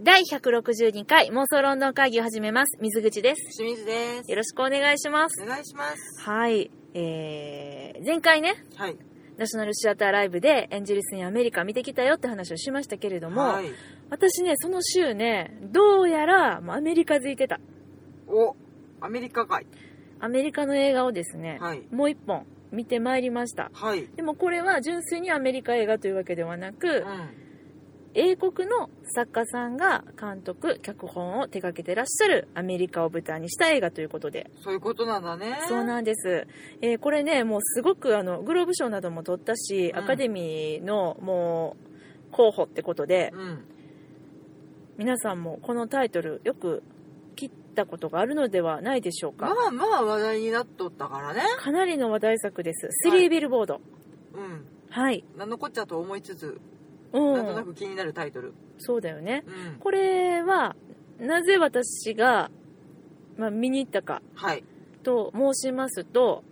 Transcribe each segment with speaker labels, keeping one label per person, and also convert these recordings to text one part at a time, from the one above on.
Speaker 1: 第162回妄想ロンドン会議を始めます。水口です。
Speaker 2: 清水です。
Speaker 1: よろしくお願いします。
Speaker 2: お願いします。
Speaker 1: はい。えー、前回ね、
Speaker 2: はい。
Speaker 1: ナショナルシアターライブでエンジェルスインアメリカ見てきたよって話をしましたけれども、
Speaker 2: はい、
Speaker 1: 私ね、その週ね、どうやらもうアメリカ付いてた。
Speaker 2: お、アメリカかい。
Speaker 1: アメリカの映画をですね、
Speaker 2: はい。
Speaker 1: もう一本見てまいりました。
Speaker 2: はい。うん。
Speaker 1: でもこれは純粋にアメリカ映画というわけではなく、英国の作家さんが監督脚本を手掛けてらっしゃるアメリカを舞台にした映画ということで、
Speaker 2: そういうことなんだね。
Speaker 1: そうなんです、えーこれねもうすごくあのグローブ賞なども取ったし、
Speaker 2: うん
Speaker 1: アカデミーのもう候補ってことで
Speaker 2: うん。
Speaker 1: 皆さんもこのタイトルよく切ったことがあるのではないでしょう
Speaker 2: ま
Speaker 1: か
Speaker 2: あまあ話題になっとったからね。
Speaker 1: かなりの話題作です「スリービルボード」
Speaker 2: うん。
Speaker 1: はい、
Speaker 2: なんのこっちゃと思いつつ、
Speaker 1: う
Speaker 2: なんとなんく気になるタイトル。
Speaker 1: そうだよね
Speaker 2: うん。
Speaker 1: これはなぜ私が、まあ、見に行ったか
Speaker 2: はい。
Speaker 1: と申しますと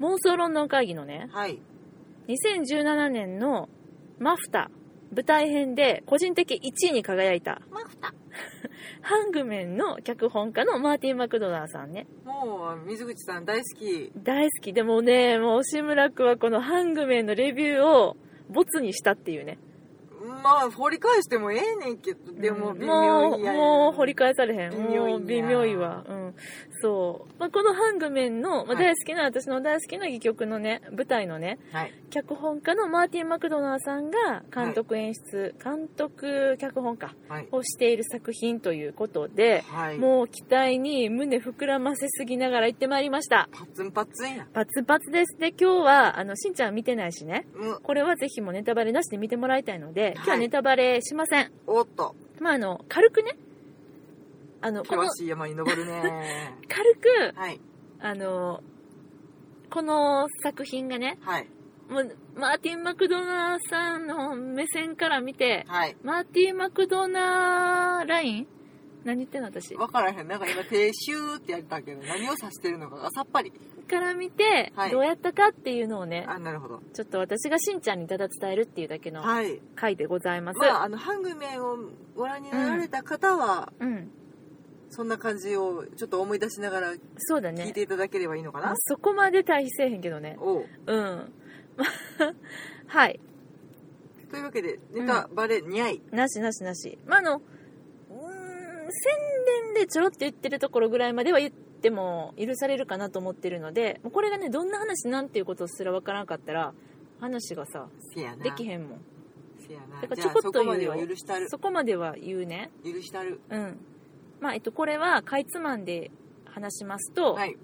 Speaker 1: 妄想論の会議のね
Speaker 2: はい。
Speaker 1: 2017年のマフタ舞台編で個人的1位に輝いた
Speaker 2: マフタ。
Speaker 1: ハングメンの脚本家のマーティン・マクドナーさんね
Speaker 2: もう、水口さん大好き。
Speaker 1: 大好きでもねもう押村君はこのハングメンのレビューをボツにしたっていうね
Speaker 2: まあ、掘り返してもええねんけど、でも
Speaker 1: うん
Speaker 2: 微妙
Speaker 1: もう
Speaker 2: いや
Speaker 1: もう掘り返されへん
Speaker 2: 微妙いん
Speaker 1: も
Speaker 2: や
Speaker 1: う微妙いわうんそう、まあ、このハングメンの、まあ、
Speaker 2: はい
Speaker 1: 大好きな、私の大好きな戯曲のね舞台のね
Speaker 2: はい。
Speaker 1: 脚本家のマーティン・マクドナーさんが監督演出、監督脚本家
Speaker 2: はい。
Speaker 1: をしている作品ということで、
Speaker 2: はい。
Speaker 1: もう期待に胸膨らませすぎながら行ってまいりました
Speaker 2: パッツンパッツンや。
Speaker 1: パツパツですで今日はあのしんちゃん見てないしね
Speaker 2: うん。
Speaker 1: これはぜひもうネタバレなしで見てもらいたいので今日ははいネタバレしません、
Speaker 2: おっと、
Speaker 1: まああの軽くねあのこの
Speaker 2: 険しい山に登る ね。
Speaker 1: 軽く
Speaker 2: はい。
Speaker 1: あのこの作品がね
Speaker 2: はい。
Speaker 1: もうマーティン・マクドナーさんの目線から見て
Speaker 2: はい。
Speaker 1: マーティー・マクドナーライン何言ってんの私
Speaker 2: わからへん。なんか今手シューってやったけど、何を指してるのかがさっぱり。
Speaker 1: から見て、
Speaker 2: はい
Speaker 1: どうやったかっていうのをね
Speaker 2: あ、なるほど。
Speaker 1: ちょっと私がしんちゃんにただ伝えるっていうだけの
Speaker 2: はい。
Speaker 1: 回でございます、
Speaker 2: まあ、あの、ハングメンをご覧になられた方は、
Speaker 1: うん
Speaker 2: そんな感じをちょっと思い出しながら
Speaker 1: そうだ
Speaker 2: 聞い
Speaker 1: ね
Speaker 2: ていただければいいのかな。
Speaker 1: そこまで対比せえへんけどね
Speaker 2: おう
Speaker 1: うん はい
Speaker 2: というわけで、ネタバレにゃい。
Speaker 1: なしなしなしまああのうーん宣伝でちょろって言ってるところぐらいまでは言っても許されるかなと思ってるのでもうこれがねどんな話なんていうことすらわからなかったら話がさ
Speaker 2: せやな。
Speaker 1: でき
Speaker 2: ん。
Speaker 1: へんもん
Speaker 2: せや
Speaker 1: だ
Speaker 2: な。
Speaker 1: から
Speaker 2: じ
Speaker 1: ち
Speaker 2: ゃ
Speaker 1: ょ
Speaker 2: あ
Speaker 1: こっ
Speaker 2: そ
Speaker 1: と
Speaker 2: こ
Speaker 1: 言
Speaker 2: ま
Speaker 1: う
Speaker 2: で
Speaker 1: よ
Speaker 2: は許したる。
Speaker 1: そこまでは言うね
Speaker 2: 許したる。
Speaker 1: うんまあえっとこれはかいつまんで話しますと、
Speaker 2: はい。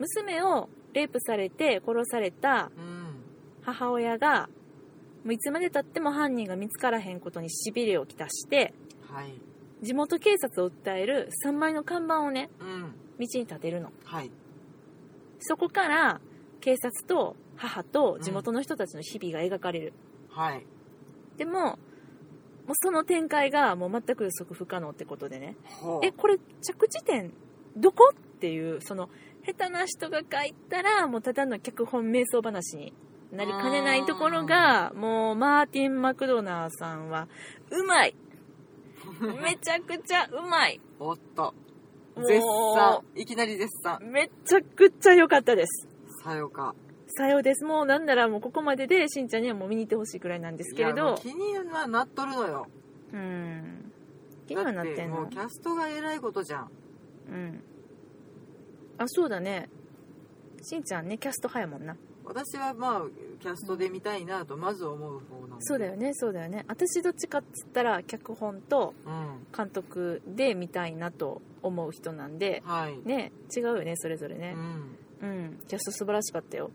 Speaker 1: 娘をレイプされて殺された
Speaker 2: うん。
Speaker 1: 母親がもういつまでたっても犯人が見つからへんことにしびれをきたして
Speaker 2: はい。
Speaker 1: 地元警察を訴える3枚の看板をね
Speaker 2: う
Speaker 1: 道
Speaker 2: ん。
Speaker 1: に立てるの
Speaker 2: はい。
Speaker 1: そこから警察と母と地元の人たちの日々が描かれる、
Speaker 2: はい。
Speaker 1: でももうその展開がもう全く予測不可能ってことでね
Speaker 2: ほう
Speaker 1: えこれ着地点どこっていうその下手な人が書いたらもうただの脚本迷走話になりかねないところがもうマーティン・マクドナーさんはうま いめちゃくちゃうまい
Speaker 2: おっと。
Speaker 1: もう
Speaker 2: 絶賛。いきなり絶賛。
Speaker 1: めちゃくちゃ良かったです
Speaker 2: さよか。
Speaker 1: さようですもうなんならもうここまででしんちゃんにはもう見に行ってほしいくらいなんですけれ
Speaker 2: いやもう
Speaker 1: ど
Speaker 2: 気にはなっとるのよ。
Speaker 1: うん気にはなってん
Speaker 2: だも
Speaker 1: の
Speaker 2: うキャストが偉いことじゃん
Speaker 1: うんあそうだねしんちゃんねキャスト早いもんな
Speaker 2: 私はまあキャストで見たいなとまず思う方なの
Speaker 1: そうだよねそうだよね私どっちかっつったら脚本と
Speaker 2: うん
Speaker 1: 監督で見たいなと思う人なんで
Speaker 2: はい、
Speaker 1: ね違うよねそれぞれ
Speaker 2: う
Speaker 1: ね
Speaker 2: ん、
Speaker 1: うん、キャスト素晴らしかったよ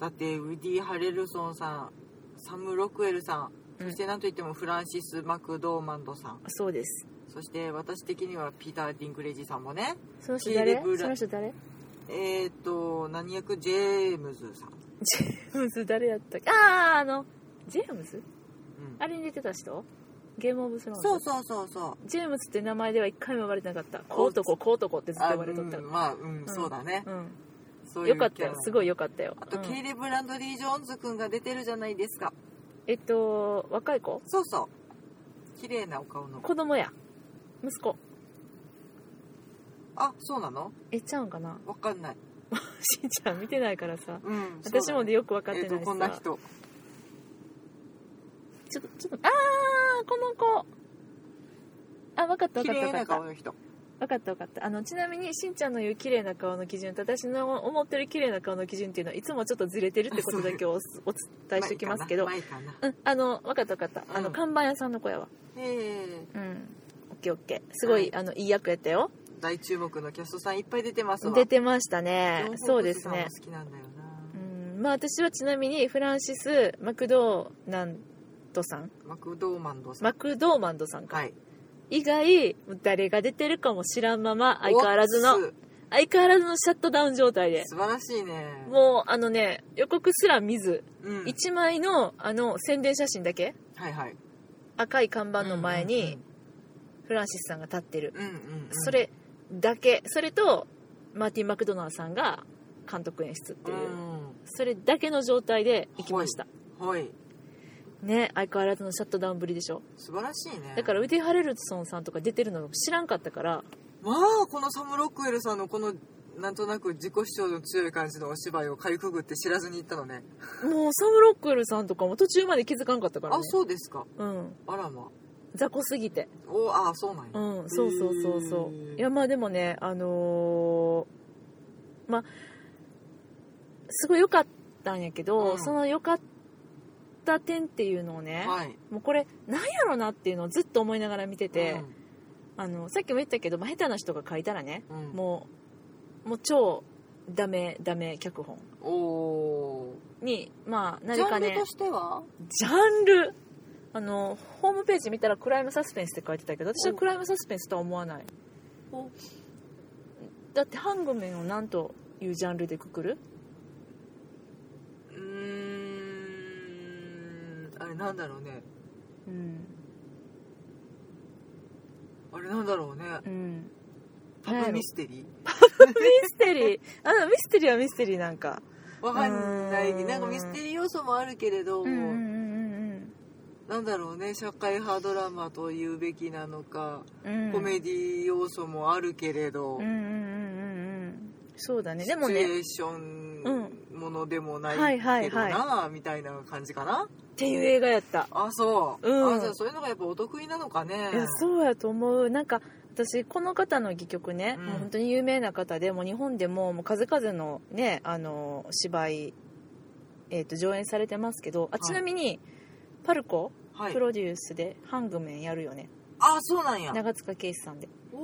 Speaker 2: だってウディ・ハレルソンさんサム・ロクエルさん
Speaker 1: うん
Speaker 2: そして何といってもフランシス・マクドーマンドさん
Speaker 1: そうです
Speaker 2: そして私的にはピーター・ディンクレイジーさんもね
Speaker 1: その人
Speaker 2: シ
Speaker 1: 誰
Speaker 2: ーリブラ
Speaker 1: その人誰
Speaker 2: えっ、ー、と何役ジェームズさん、
Speaker 1: ジェームズ誰やったっけあああのジェームズ
Speaker 2: うん
Speaker 1: あれに出てた人ゲームオブスローンズ
Speaker 2: そうそうそうそう
Speaker 1: ジェームズって名前では一回も呼ばれてなかったこう男こう男ってずっと
Speaker 2: あ
Speaker 1: 呼ばれとった
Speaker 2: う
Speaker 1: か
Speaker 2: んまあう
Speaker 1: ん
Speaker 2: ん、そうだね
Speaker 1: ら
Speaker 2: そううんいう
Speaker 1: よかったよ
Speaker 2: キャラ
Speaker 1: すごいよかったよ
Speaker 2: あと、
Speaker 1: うん
Speaker 2: ケイレブ・ランドリー・ジョーンズくんが出てるじゃないですか
Speaker 1: えっと若い子
Speaker 2: そうそう綺麗なお顔の
Speaker 1: 子供や息子
Speaker 2: あそうなの
Speaker 1: えちゃうんかな
Speaker 2: わかんない
Speaker 1: しんちゃん見てないからさ
Speaker 2: うん
Speaker 1: 私もでよく分かって
Speaker 2: えっ
Speaker 1: な
Speaker 2: と
Speaker 1: いし
Speaker 2: こんな
Speaker 1: さ
Speaker 2: 人
Speaker 1: ちょっとちょっとあーこの子あ分かった
Speaker 2: 綺
Speaker 1: 分かった分か
Speaker 2: 麗な
Speaker 1: った
Speaker 2: 顔の人
Speaker 1: 分かった分かったあのちなみにしんちゃんの言う綺麗な顔の基準と私の思ってる綺麗な顔の基準っていうのはいつもちょっとずれてるってことだけをお すお伝えしておきますけど
Speaker 2: まあいいかなまあ
Speaker 1: うんあの分かった分かった、あ
Speaker 2: う
Speaker 1: の
Speaker 2: ん
Speaker 1: 看板屋さんの子やわ
Speaker 2: いいかなえ
Speaker 1: うんオッケーオッケーすごい、
Speaker 2: はい
Speaker 1: あのいい役やったよ
Speaker 2: え大注目のキャストさんいっぱい出てますわ
Speaker 1: 出てましたね
Speaker 2: ジョンホークス
Speaker 1: そうですね
Speaker 2: さんも好きなんだよな
Speaker 1: うんまあ私はちなみにフランシス・マクドーナンドさん
Speaker 2: マクドーマンドさん
Speaker 1: マクドーマンドさんか、
Speaker 2: はい
Speaker 1: 以外誰が出てるかも知らんまま相変わらずの
Speaker 2: おっ
Speaker 1: 相変わらずのシャットダウン状態です
Speaker 2: 素晴らしいね
Speaker 1: もうあのね予告すら見ず
Speaker 2: うん
Speaker 1: 1枚のあの宣伝写真だけ
Speaker 2: はいはい
Speaker 1: 赤い看板の前にフランシスさんが立ってる
Speaker 2: うんうんうん
Speaker 1: それだけそれとマーティン・マクドナーさんが監督演出っていううんそれだけの状態で行きました
Speaker 2: はい
Speaker 1: ね相変わらずのシャットダウンぶりでしょ
Speaker 2: 素晴らしいね
Speaker 1: だからウディ・ハレルソンさんとか出てるの知らんかったから
Speaker 2: まあこのサム・ロックウェルさんのこのなんとなく自己主張の強い感じのお芝居をかいくぐって知らずに行ったのね
Speaker 1: もうサム・ロックウェルさんとかも途中まで気づかんかったから
Speaker 2: あ
Speaker 1: ね
Speaker 2: そうですか
Speaker 1: うん
Speaker 2: あらま
Speaker 1: 雑魚すぎて
Speaker 2: おあそうなんや
Speaker 1: うん、そうそうそうそ
Speaker 2: へ
Speaker 1: うい
Speaker 2: ー
Speaker 1: やまあでもねあのーまあすごい良かったんやけど、
Speaker 2: うん
Speaker 1: その良かった点っていうのをね、
Speaker 2: はい
Speaker 1: もうこれなんやろなっていうのをずっと思いながら見てて、あのさっきも言ったけど、まあ、下手な人が書いたらね
Speaker 2: うんうん
Speaker 1: もうもう超ダメダメ脚本
Speaker 2: お
Speaker 1: にまあ
Speaker 2: ー
Speaker 1: な
Speaker 2: ジ
Speaker 1: り
Speaker 2: ャ
Speaker 1: か
Speaker 2: ンル
Speaker 1: ね
Speaker 2: としては
Speaker 1: ジャンルあのホームページ見たらクライムサスペンスって書いてたけど私はクライムサスペンスとは思わない
Speaker 2: お
Speaker 1: だってハングメンをなんというジャンルでくくる
Speaker 2: うーんあれなんだろうね
Speaker 1: うん、
Speaker 2: あれなんだろうね
Speaker 1: うん、
Speaker 2: パブミステリ
Speaker 1: ミステリー あミステリーはミステリーなんか
Speaker 2: ーわかんな
Speaker 1: うー
Speaker 2: い
Speaker 1: ん
Speaker 2: なんかミステリー要素もあるけれど、
Speaker 1: ん
Speaker 2: なんだろうね社会派ドラマというべきなのか、
Speaker 1: うん
Speaker 2: コメディ要素もあるけれど、
Speaker 1: うんうんうんうんうんそうだね
Speaker 2: シ
Speaker 1: で
Speaker 2: チ
Speaker 1: も
Speaker 2: ュエ
Speaker 1: ねっ
Speaker 2: ーション
Speaker 1: う
Speaker 2: ものでもない
Speaker 1: はいはい
Speaker 2: けど
Speaker 1: はい
Speaker 2: なみたいな感じかな
Speaker 1: ていう映画やった
Speaker 2: あそう、
Speaker 1: うん
Speaker 2: あじゃあそういうのがやっぱお得意なのかね
Speaker 1: いやそうやと思うなんか私この方の戯曲ね、
Speaker 2: うん
Speaker 1: もう本当に有名な方でもう日本でももう数々のねあの芝居、えー、と上演されてますけどあ
Speaker 2: い
Speaker 1: ちなみに、パルコ
Speaker 2: はい
Speaker 1: プロデュースでハングメンやるよね、
Speaker 2: あそうなんや
Speaker 1: 長塚圭史さんで
Speaker 2: 今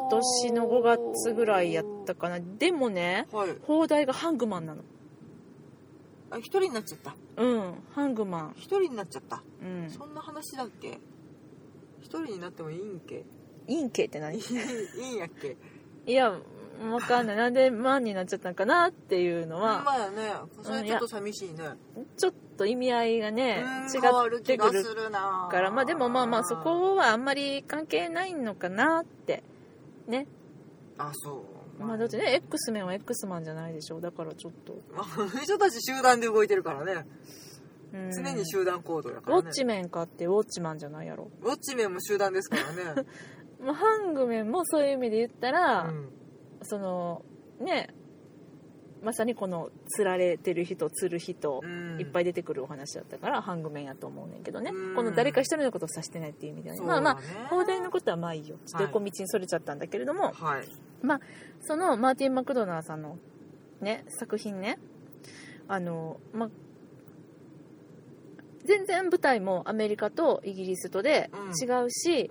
Speaker 1: 今年の5月ぐらいやったかなでもね
Speaker 2: はい
Speaker 1: 放題がハングマンなの
Speaker 2: あ一人になっちゃった
Speaker 1: うんハングマン
Speaker 2: 一人になっちゃった、
Speaker 1: うん
Speaker 2: そんな話だっけ一人になってもいいんけ
Speaker 1: インケイって何
Speaker 2: いいんやっ け
Speaker 1: いやわかんないなんでマンになっちゃったんかなっていうのは、
Speaker 2: まあねそれちょっと寂しいね、
Speaker 1: ちょっと意味合いが
Speaker 2: う
Speaker 1: ね
Speaker 2: ん
Speaker 1: 違
Speaker 2: 変わる
Speaker 1: って
Speaker 2: 気
Speaker 1: く
Speaker 2: が
Speaker 1: る
Speaker 2: するな
Speaker 1: からまあでもまあまあそこはあんまり関係ないのかなってね
Speaker 2: あそう
Speaker 1: まあだってね X メンは X マンじゃないでしょだからちょっと
Speaker 2: まああの人たち集団で動いてるからね
Speaker 1: うん
Speaker 2: 常に集団行動や
Speaker 1: ウ
Speaker 2: から
Speaker 1: ォ
Speaker 2: ね
Speaker 1: ッチメンかってウォッチマンじゃないやろ
Speaker 2: ウォッチメンも集団ですから ね、
Speaker 1: まあハングメンもそういう意味で言ったら、
Speaker 2: うん
Speaker 1: そのねまさにこの釣られてる人釣る人、
Speaker 2: うん
Speaker 1: いっぱい出てくるお話だったからハングメンやと思うねんけどね、
Speaker 2: うん
Speaker 1: この誰か一人のことを指してないっていう意味ではね、
Speaker 2: そう
Speaker 1: まあ
Speaker 2: だね
Speaker 1: まあ放題のことはまあいいよちょっと横道にそれちゃったんだけれども、
Speaker 2: はい
Speaker 1: そのマーティン・マクドナーさんの、ね、作品ねあの、ま、全然舞台もアメリカとイギリスとで違うし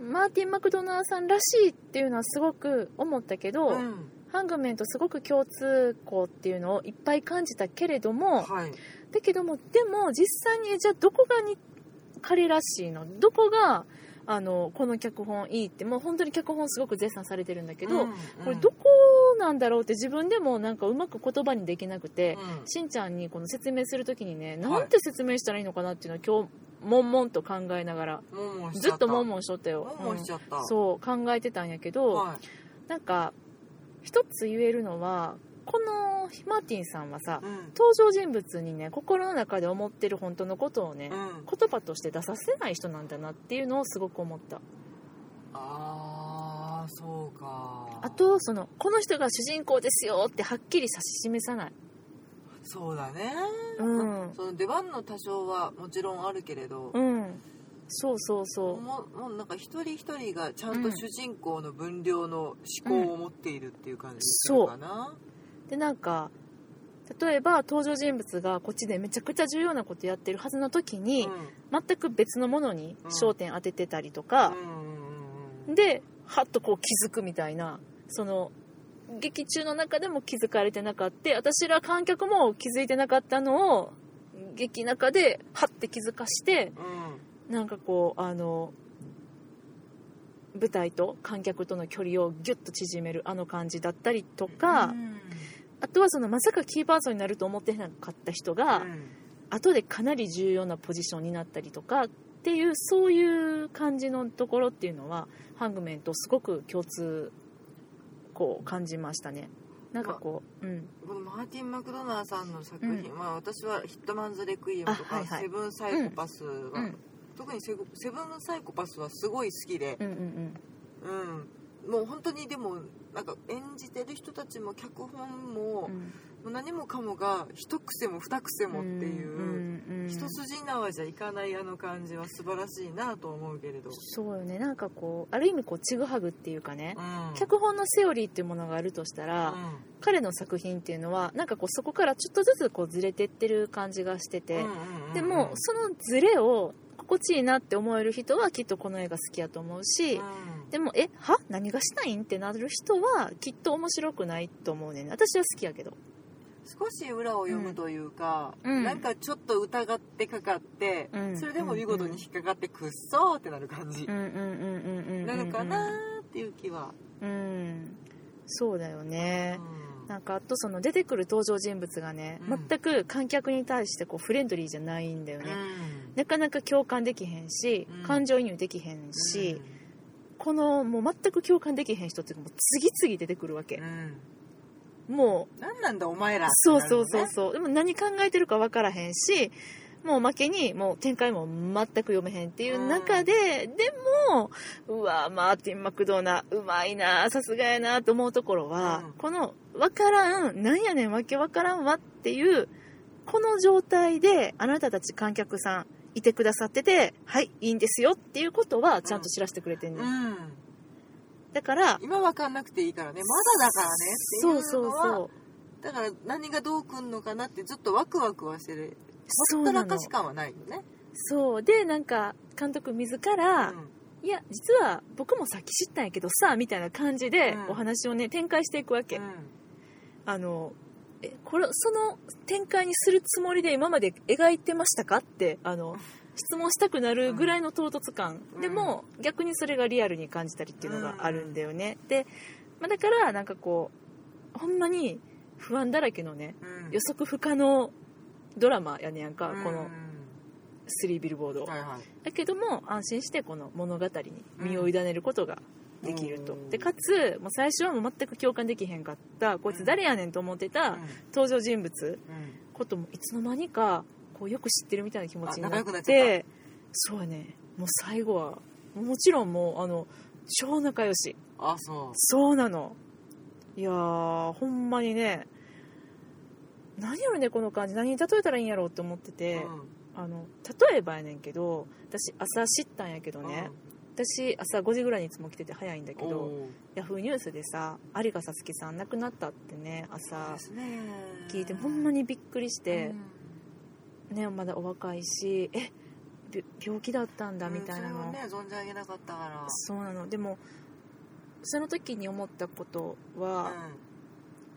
Speaker 2: う、ん
Speaker 1: マーティン・マクドナーさんらしいっていうのはすごく思ったけど、
Speaker 2: うん
Speaker 1: ハングメンとすごく共通項っていうのをいっぱい感じたけれども、
Speaker 2: はい
Speaker 1: だけどもでも実際にじゃあどこがに彼らしいのどこがあのこの脚本いいってもう本当に脚本すごく絶賛されてるんだけど、
Speaker 2: うん
Speaker 1: これどこなんだろうって自分でもなんかうまく言葉にできなくて、
Speaker 2: うん
Speaker 1: しんちゃんにこの説明するときにね
Speaker 2: い
Speaker 1: なんて説明したらいいのかなっていうのを今日悶々と考えながら
Speaker 2: もんもんしち
Speaker 1: ず
Speaker 2: ゃ
Speaker 1: ったと悶々しとったよ、
Speaker 2: もんもんしちゃった、
Speaker 1: うんそう考えてたんやけど、
Speaker 2: はい
Speaker 1: なんか一つ言えるのはこのマーティンさんはさ
Speaker 2: うん
Speaker 1: 登場人物にね心の中で思ってる本当のことをね、
Speaker 2: うん
Speaker 1: 言葉として出させない人なんだなっていうのをすごく思った
Speaker 2: ああそうか
Speaker 1: あとそのこの人が主人公ですよってはっきり指し示さない
Speaker 2: そうだね
Speaker 1: うん
Speaker 2: その出番の多少はもちろんあるけれど、
Speaker 1: うんそうそうそう
Speaker 2: もうもうなんか一人一人がちゃんと主人公の分量の思考を持っているっていう感じするかな、
Speaker 1: でなんか例えば登場人物がこっちでめちゃくちゃ重要なことやってるはずの時に、
Speaker 2: うん
Speaker 1: 全く別のものに焦点当ててたりとか、
Speaker 2: うん
Speaker 1: でハッとこう気づくみたいなその劇中の中でも気づかれてなかった私ら観客も気づいてなかったのを劇中でハッて気づかしてなんかこうあの舞台と観客との距離をギュッと縮めるあの感じだったりとか。あとはそのまさかキーパーソンになると思ってなかった人が、後でかなり重要なポジションになったりとかっていうそういう感じのところっていうのはハングメンとすごく共通こう感じましたねなんかこう、うん
Speaker 2: このマーティン・マクドナーさんの作品、まあ、私は「ヒットマンズ・レクイエム」とか、
Speaker 1: あはいはい
Speaker 2: セブン・サイコパスは」
Speaker 1: うん
Speaker 2: 特にセブセブン・サイコパスはすごい好きで、
Speaker 1: うんうん
Speaker 2: うんもう本当にでもなんか演じてる人たちも脚本
Speaker 1: う
Speaker 2: も,、も
Speaker 1: ん
Speaker 2: う何もかもが一癖も二癖もっていう、
Speaker 1: んん
Speaker 2: 一筋縄じゃいかないあの感じは素晴らしいなと思うけれど、
Speaker 1: そうよねなんかこうある意味こうちぐはぐっていうかね
Speaker 2: うん
Speaker 1: 脚本のセオリーっていうものがあるとしたら、彼の作品っていうのはなんかこうそこからちょっとずつこうずれてってる感じがしてて、
Speaker 2: うんうんうんうん
Speaker 1: でもそのズレを心地いいなって思える人はきっとこの映画好きやと思うし、
Speaker 2: うん
Speaker 1: でもえは何がしたいんってなる人はきっと面白くないと思うねん私は好きやけど
Speaker 2: 少し裏を読むというか、
Speaker 1: うん
Speaker 2: なんかちょっと疑ってかかって、
Speaker 1: うん
Speaker 2: それでも見事に引っかかってくっそーってなる感じ
Speaker 1: うんうんうんうんうんうん
Speaker 2: なのかなーっていう気は、
Speaker 1: うんそうだよね
Speaker 2: うん
Speaker 1: なんかあとその出てくる登場人物がね、
Speaker 2: うん
Speaker 1: 全く観客に対してこうフレンドリーじゃないんだよね、
Speaker 2: うん
Speaker 1: なかなか共感できへんし、
Speaker 2: うん
Speaker 1: 感情移入できへんし、このもう全く共感できへん人っていうのも次々出てくるわ
Speaker 2: う
Speaker 1: け
Speaker 2: ん、う、ん
Speaker 1: もう
Speaker 2: 何なんだお前ら
Speaker 1: そうそうそう
Speaker 2: って
Speaker 1: そう、でも何考えてるか分からへんしもうおまけにもう展開も全く読めへんっていう中で、でもうわマーティン・マクドーナーうまいなさすがやなと思うところは、
Speaker 2: うん
Speaker 1: この分からんなんやねんわけ分からんわっていうこの状態であなたたち観客さんいてくださっててはいいいんですよっていうことはちゃんと知らせてくれてん
Speaker 2: な
Speaker 1: ね、
Speaker 2: る
Speaker 1: ん、
Speaker 2: よね、うん、
Speaker 1: だから
Speaker 2: 今わかんなくていいからねまだだからねっていうの
Speaker 1: そう
Speaker 2: は
Speaker 1: そうそう
Speaker 2: だから何がどうくんのかなってずっとワクワクはしてる
Speaker 1: そ
Speaker 2: ほ
Speaker 1: う
Speaker 2: った
Speaker 1: な
Speaker 2: ら
Speaker 1: の
Speaker 2: かし感はないよね
Speaker 1: そうでなんか監督自ら、いや実は僕もさっき知ったんやけどさみたいな感じで
Speaker 2: うん
Speaker 1: お話をね展開していくわけ、
Speaker 2: うんうん
Speaker 1: あのえこれその展開にするつもりで今まで描いてましたかってあの質問したくなるぐらいの唐突感、
Speaker 2: うん
Speaker 1: でも逆にそれがリアルに感じたりっていうのがあるんだよね、で、まあ、だからなんかこうほんまに不安だらけのね
Speaker 2: うん
Speaker 1: 予測不可能ドラマやねやんか、こ
Speaker 2: う
Speaker 1: の
Speaker 2: ん
Speaker 1: 3ビルボード、
Speaker 2: はいはい
Speaker 1: だけども安心してこの物語に身を委ねることができると、
Speaker 2: うん
Speaker 1: でかつもう最初はもう全く共感できへんかったこいつ誰やねんと思ってた登場人物
Speaker 2: うんうん
Speaker 1: こともいつの間にかこうよく知ってるみたいな気持ちにな
Speaker 2: あ仲
Speaker 1: っ
Speaker 2: 良くなっちゃ
Speaker 1: てそうやねもう最後はもちろんもうあの超仲良し
Speaker 2: あそう
Speaker 1: そうなのいやーほんまにね何やろねこの感じ何に例えたらいいんやろうって思ってて、
Speaker 2: う
Speaker 1: あの例えばやねんけど私朝知ったんやけど
Speaker 2: ん
Speaker 1: ね、私朝5時ぐらいにいつも来てて早いんだ
Speaker 2: う
Speaker 1: け
Speaker 2: ん
Speaker 1: ど
Speaker 2: おー
Speaker 1: ヤフーニュースでさ有賀さつきさん亡くなったってね朝
Speaker 2: ですね
Speaker 1: 聞いてほんま
Speaker 2: に
Speaker 1: にびっくりして、ねまだお若いしえび病気だったんだみたいなの、
Speaker 2: それをね存じ上げなかったか
Speaker 1: そうなのでもその時に思ったこと
Speaker 2: ら
Speaker 1: は、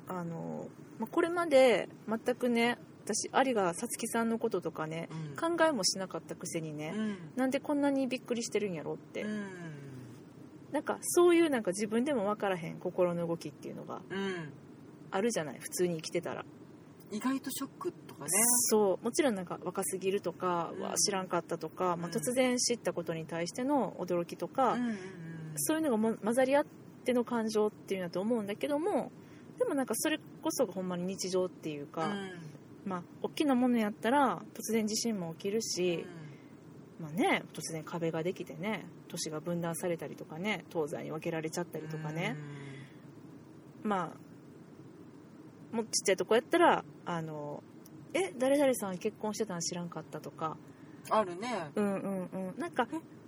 Speaker 1: あのまあこれまで全くね私有賀さつきさんのこととかね
Speaker 2: うんうん
Speaker 1: 考えもしなかったくせにね、
Speaker 2: うん
Speaker 1: なんでこんなにびっくりしてるんやろって、
Speaker 2: うん
Speaker 1: なんかそういうなんか自分でも分からへん心の動きっていうのが
Speaker 2: うん
Speaker 1: あるじゃない普通に生きてたら、
Speaker 2: 意外とショックとかね
Speaker 1: そうもちろんなんか若すぎるとか、
Speaker 2: うん
Speaker 1: わあ知らんかったとか、まあ、
Speaker 2: うん
Speaker 1: 突然知ったことに対しての驚きとか、
Speaker 2: うんうんうん
Speaker 1: そういうのがも混ざり合っての感情っていうんだと思うんだけどもでもなんかそれこそがほんまに日常っていう
Speaker 2: う
Speaker 1: か、
Speaker 2: ん
Speaker 1: まあ大きなものやったら突然地震も起きる
Speaker 2: う
Speaker 1: し、
Speaker 2: ん
Speaker 1: まあね、突然壁ができてね都市が分断されたりとかね東西に分けられちゃったりとかね、まあもうちっちゃいとこやったらあのえ誰々さん結婚してたん知らんかったとか
Speaker 2: うんあるね
Speaker 1: うんうんうんなんか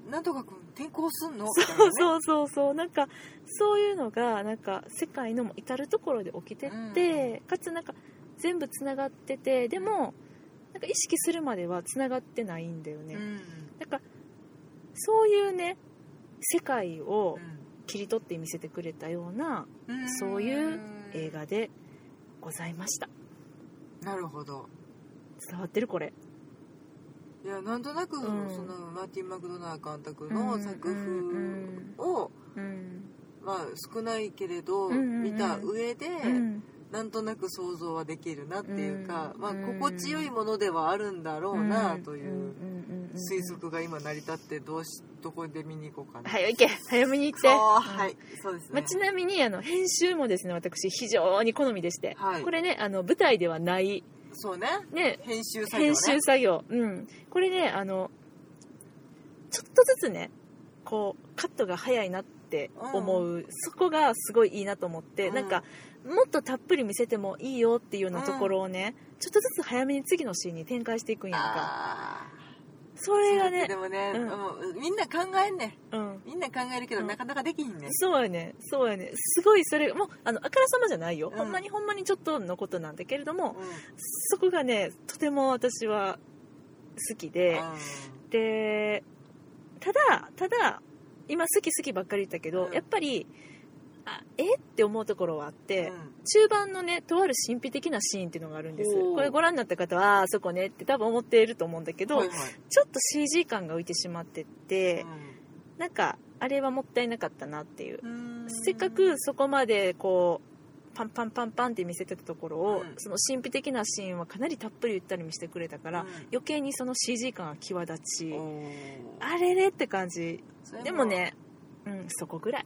Speaker 2: なんとか君転校すんのみたい
Speaker 1: そう
Speaker 2: なね
Speaker 1: そうそうそうなんかそういうのがなんか世界のも至る所で起きてって、かつなんか全部つながっててでもなんか意識するまではつながってないんだよね、
Speaker 2: うん
Speaker 1: なんかそういうね世界を
Speaker 2: う
Speaker 1: 切り取って見せてくれたようなん
Speaker 2: ん
Speaker 1: そういう映画でございました
Speaker 2: なるほど
Speaker 1: 伝わってるこれ
Speaker 2: いやなんとなくそ
Speaker 1: うん
Speaker 2: のマーティン・マクドナー監督の作風を
Speaker 1: うん
Speaker 2: まあ少ないけれど
Speaker 1: うんうんうん
Speaker 2: 見た上で
Speaker 1: うんうん
Speaker 2: なんとなく想像はできるなっていうか
Speaker 1: うん
Speaker 2: まあ
Speaker 1: うん
Speaker 2: 心地よいものではあるんだろうなとい
Speaker 1: ん
Speaker 2: うん
Speaker 1: んんん
Speaker 2: 推測が今成り立ってどうしどこで見に行こうかな
Speaker 1: 早いけ早めに行って
Speaker 2: そうはいそうです
Speaker 1: まあ
Speaker 2: ね
Speaker 1: ちなみにあの編集もですね私非常に好みでして、
Speaker 2: はい
Speaker 1: これねあの舞台ではない、
Speaker 2: そうね
Speaker 1: ね、
Speaker 2: 編集作業
Speaker 1: 編
Speaker 2: ね
Speaker 1: 集作業、うん、これねあのちょっとずつねこうカットが早いなって思う、そこがすごいいいなと思って、
Speaker 2: うん
Speaker 1: なんかもっとたっぷり見せてもいいよっていうようなところをね、ちょっとずつ早めに次のシーンに展開していくんやんか
Speaker 2: あー
Speaker 1: それがね
Speaker 2: でもね、
Speaker 1: うん
Speaker 2: もうみんな考えんね
Speaker 1: うん
Speaker 2: みんな考えるけど、
Speaker 1: うん
Speaker 2: なかなかできひんね
Speaker 1: そうやねそうやねすごいそれもうあのあからさまじゃないよ、
Speaker 2: うん
Speaker 1: ほんまにほんまにちょっとのことなんだけれども、
Speaker 2: う
Speaker 1: そこがねとても私は好き
Speaker 2: ん
Speaker 1: で
Speaker 2: あ
Speaker 1: でただただ今好き好きばっかり言ったけど、
Speaker 2: うん
Speaker 1: やっぱりあえって思うところはあっ
Speaker 2: ー
Speaker 1: て、
Speaker 2: うん
Speaker 1: 中盤のねとある神秘的なシーンっていうのがあるんです
Speaker 2: ほう
Speaker 1: これご覧になった方はあーそこねって多分思っていると思うんだけど、
Speaker 2: はいはい
Speaker 1: ちょっと CG 感が浮いてしまってって、なんかあれはもったいなかったなっていう
Speaker 2: うん
Speaker 1: せっかくそこまでこうパンパンパンパンって見せてたところを、
Speaker 2: うん
Speaker 1: その神秘的なシーンはかなりたっぷりゆったり見せてくれたから、
Speaker 2: うん
Speaker 1: 余計にその CG 感が際立ち
Speaker 2: おー
Speaker 1: あれれって感じ
Speaker 2: それ
Speaker 1: でもねうんそこぐらい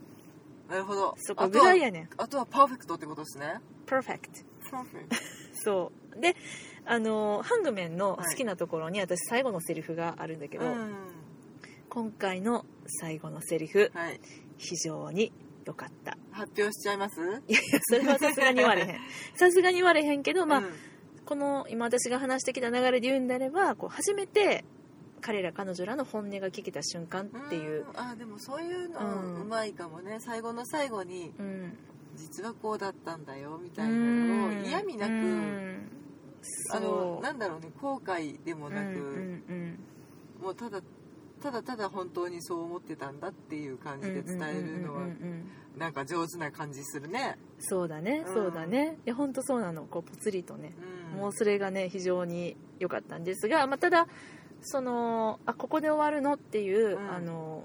Speaker 2: なるほど
Speaker 1: そこぐらい
Speaker 2: あ
Speaker 1: やねん
Speaker 2: とはあとはパーフェクトってことですね
Speaker 1: パーフェクト
Speaker 2: パーフェクト
Speaker 1: そうであのーハングメンの
Speaker 2: はい
Speaker 1: 好きなところに私最後のセリフがあるんだけど、今回の最後のセリフ
Speaker 2: はい
Speaker 1: 非常に良かった
Speaker 2: 発表しちゃいます
Speaker 1: いやいやそれはさすがに言われへんさすがに言われへんけどまあ、
Speaker 2: うん
Speaker 1: この今私が話してきた流れで言うんであればこう初めて彼ら彼女らの本音が聞けた瞬間っていう、
Speaker 2: んあでもそういうの
Speaker 1: うん
Speaker 2: うまいかもね、最後の最後に
Speaker 1: うん、
Speaker 2: 実はこうだったんだよみたいなのを嫌味なく、
Speaker 1: うん
Speaker 2: あの
Speaker 1: そう
Speaker 2: なんだろうね後悔でもな
Speaker 1: う
Speaker 2: く、
Speaker 1: んうん
Speaker 2: もうただただただ本当にそう思ってたんだっていう感
Speaker 1: う
Speaker 2: じ
Speaker 1: ん
Speaker 2: で伝えるのは
Speaker 1: うんうんうんうん
Speaker 2: なんか上手な感じするね、
Speaker 1: そうだね
Speaker 2: うん
Speaker 1: そうだねいや本当そうなのこうぽつりとね
Speaker 2: うん、
Speaker 1: もうそれがね非常に良かったんですが、まあ、ただそのあここで終わるのっていう、
Speaker 2: うん
Speaker 1: あの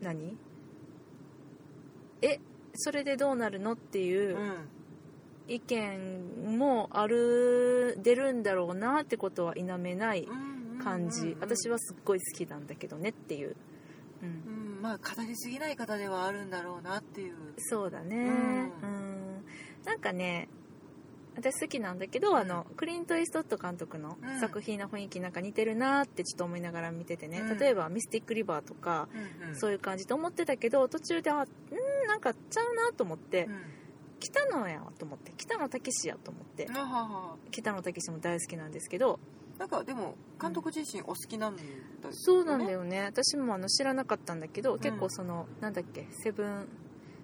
Speaker 1: 何えそれでどうなるのっていう、
Speaker 2: うん
Speaker 1: 意見もある出るんだろうなってことは否めない感じ、私
Speaker 2: は、
Speaker 1: はすっごい好きなんだけどねっていう、う、
Speaker 2: うんん、まあ語りすぎない方ではあるんだろうなっていう
Speaker 1: そうだねう
Speaker 2: うんん
Speaker 1: なんかね私好きなんだけどあのクリント・イーストウッド監督の
Speaker 2: うん
Speaker 1: 作品の雰囲気なんか似てるなってちょっと思いながら見ててね、
Speaker 2: うん
Speaker 1: 例えば「ミスティック・リバー」とか、
Speaker 2: うんうん
Speaker 1: そういう感じと思ってたけど途中であうんなんかちゃうなと思って、
Speaker 2: うん
Speaker 1: 北野やと思って北野武やと思って、
Speaker 2: あはは
Speaker 1: 北野武も大好きなんですけど
Speaker 2: なんかでも監督自身お好きなんだよね
Speaker 1: そうなんだよね私もあの知らなかったんだけど、
Speaker 2: ん
Speaker 1: 結構そのなんだっけセブン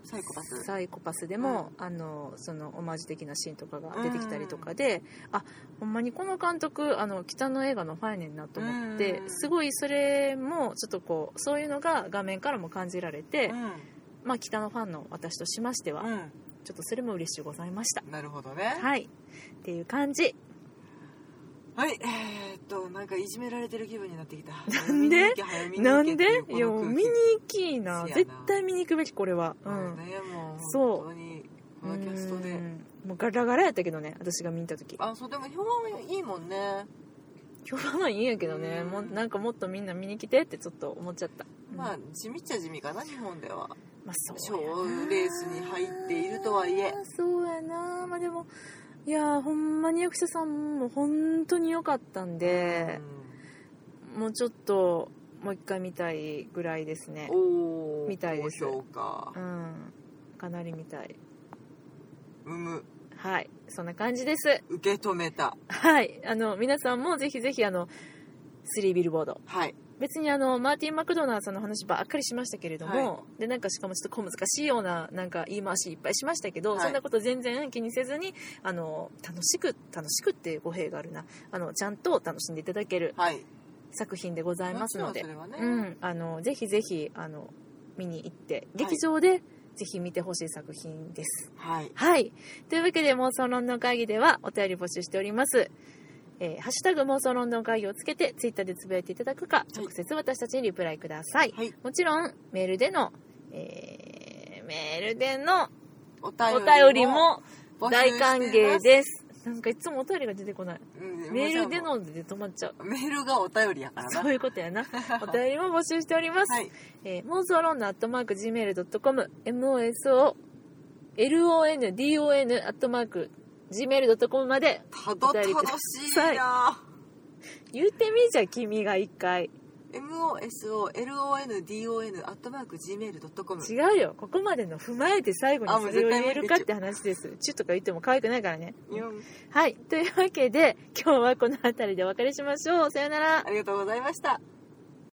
Speaker 2: サイコパス
Speaker 1: サイコパスでも、あのそのオマージュ的なシーンとかが出てきたりとかで、あほんまにこの監督あの北の映画のファイネンなと思って、
Speaker 2: うん
Speaker 1: すごいそれもちょっとこうそういうのが画面からも感じられて、
Speaker 2: う
Speaker 1: まあ北のファンの私としましては、
Speaker 2: ん、
Speaker 1: ちょっとそれも嬉しいございました
Speaker 2: う。ん、なるほどね
Speaker 1: はいっていう感じ
Speaker 2: はい、えーっとなんかいじめられてる気分になってきた
Speaker 1: なんでなんでいやもう見に行きいな
Speaker 2: せやな
Speaker 1: 絶対見に行くべきこれは、
Speaker 2: う、
Speaker 1: うんん
Speaker 2: もう、ねもう
Speaker 1: そう
Speaker 2: 本当にこのキャスト
Speaker 1: う
Speaker 2: で
Speaker 1: んもうガラガラやったけどね私が見た時
Speaker 2: あそうでも評判いいもんね、
Speaker 1: 評判はいいんやけどね
Speaker 2: うん
Speaker 1: もうなんかもっとみんな見に来てってちょっと思っちゃった、うん
Speaker 2: まあ地味っちゃ地味かな日本では
Speaker 1: まあそ
Speaker 2: 賞
Speaker 1: うや
Speaker 2: レースに入っているとはいえ
Speaker 1: あーそうやなまあでもいやーほんまに役者さんも本当に良かったんで、もうちょっともう一回見たいぐらいですね
Speaker 2: うんおお
Speaker 1: みたいです
Speaker 2: 高評価
Speaker 1: うんかなり見たいう
Speaker 2: む
Speaker 1: はいそんな感じです
Speaker 2: 受け止めた
Speaker 1: はいあの皆さんもぜひぜひあの3ビルボード
Speaker 2: はい
Speaker 1: 別にあのマーティン・マクドナーさんの話ばっかりしましたけれども、でなんかしかもちょっと小難しいようななんか言い回しいっぱいしましたけど、
Speaker 2: はい
Speaker 1: そんなこと全然気にせずにあの楽しく楽しくっていう語弊があるなあのちゃんと楽しんでいただける
Speaker 2: はい
Speaker 1: 作品でございますので、
Speaker 2: もちろんそれ
Speaker 1: う
Speaker 2: はね、
Speaker 1: ん、あのぜひぜひあの見に行って
Speaker 2: い
Speaker 1: 劇場で、ぜひ見てほしい作品です。
Speaker 2: はい
Speaker 1: はい。というわけで、妄想ロンドン会議ではお便り募集しております。えーハッシュタグ妄想ロンドン会議をつけて、ツイッターでつぶやいていただくか、直接私たちにリプライください。
Speaker 2: はい
Speaker 1: もちろん、メールでの、えーメールでの
Speaker 2: お
Speaker 1: お
Speaker 2: 便
Speaker 1: 便りも
Speaker 2: 募集
Speaker 1: 大
Speaker 2: していま
Speaker 1: 歓
Speaker 2: す
Speaker 1: 迎です。なんかいつもお便りが出てこない。
Speaker 2: うん
Speaker 1: メールでので止まっちゃう。
Speaker 2: メールがお便りやからな
Speaker 1: そういうことやな。お便りも募集しております。
Speaker 2: はい
Speaker 1: えー、モンソロンのアットマーク Gmail.com、MOSO、LONDON アットマーク Gmail.com まで
Speaker 2: たどたどしいな
Speaker 1: 言うてみじゃ君が一回。
Speaker 2: MOSOLONDON アットマーク Gmail.com
Speaker 1: 違うよ。ここまでの踏まえて最後に
Speaker 2: あ
Speaker 1: そ
Speaker 2: もう
Speaker 1: れを
Speaker 2: 絶対
Speaker 1: 言えるかって話です。チュとか言っても可愛くないからね。
Speaker 2: うん
Speaker 1: はい。というわけで、今日はこの辺りでお別れしましょう。さよなら
Speaker 2: あ。りがとうございました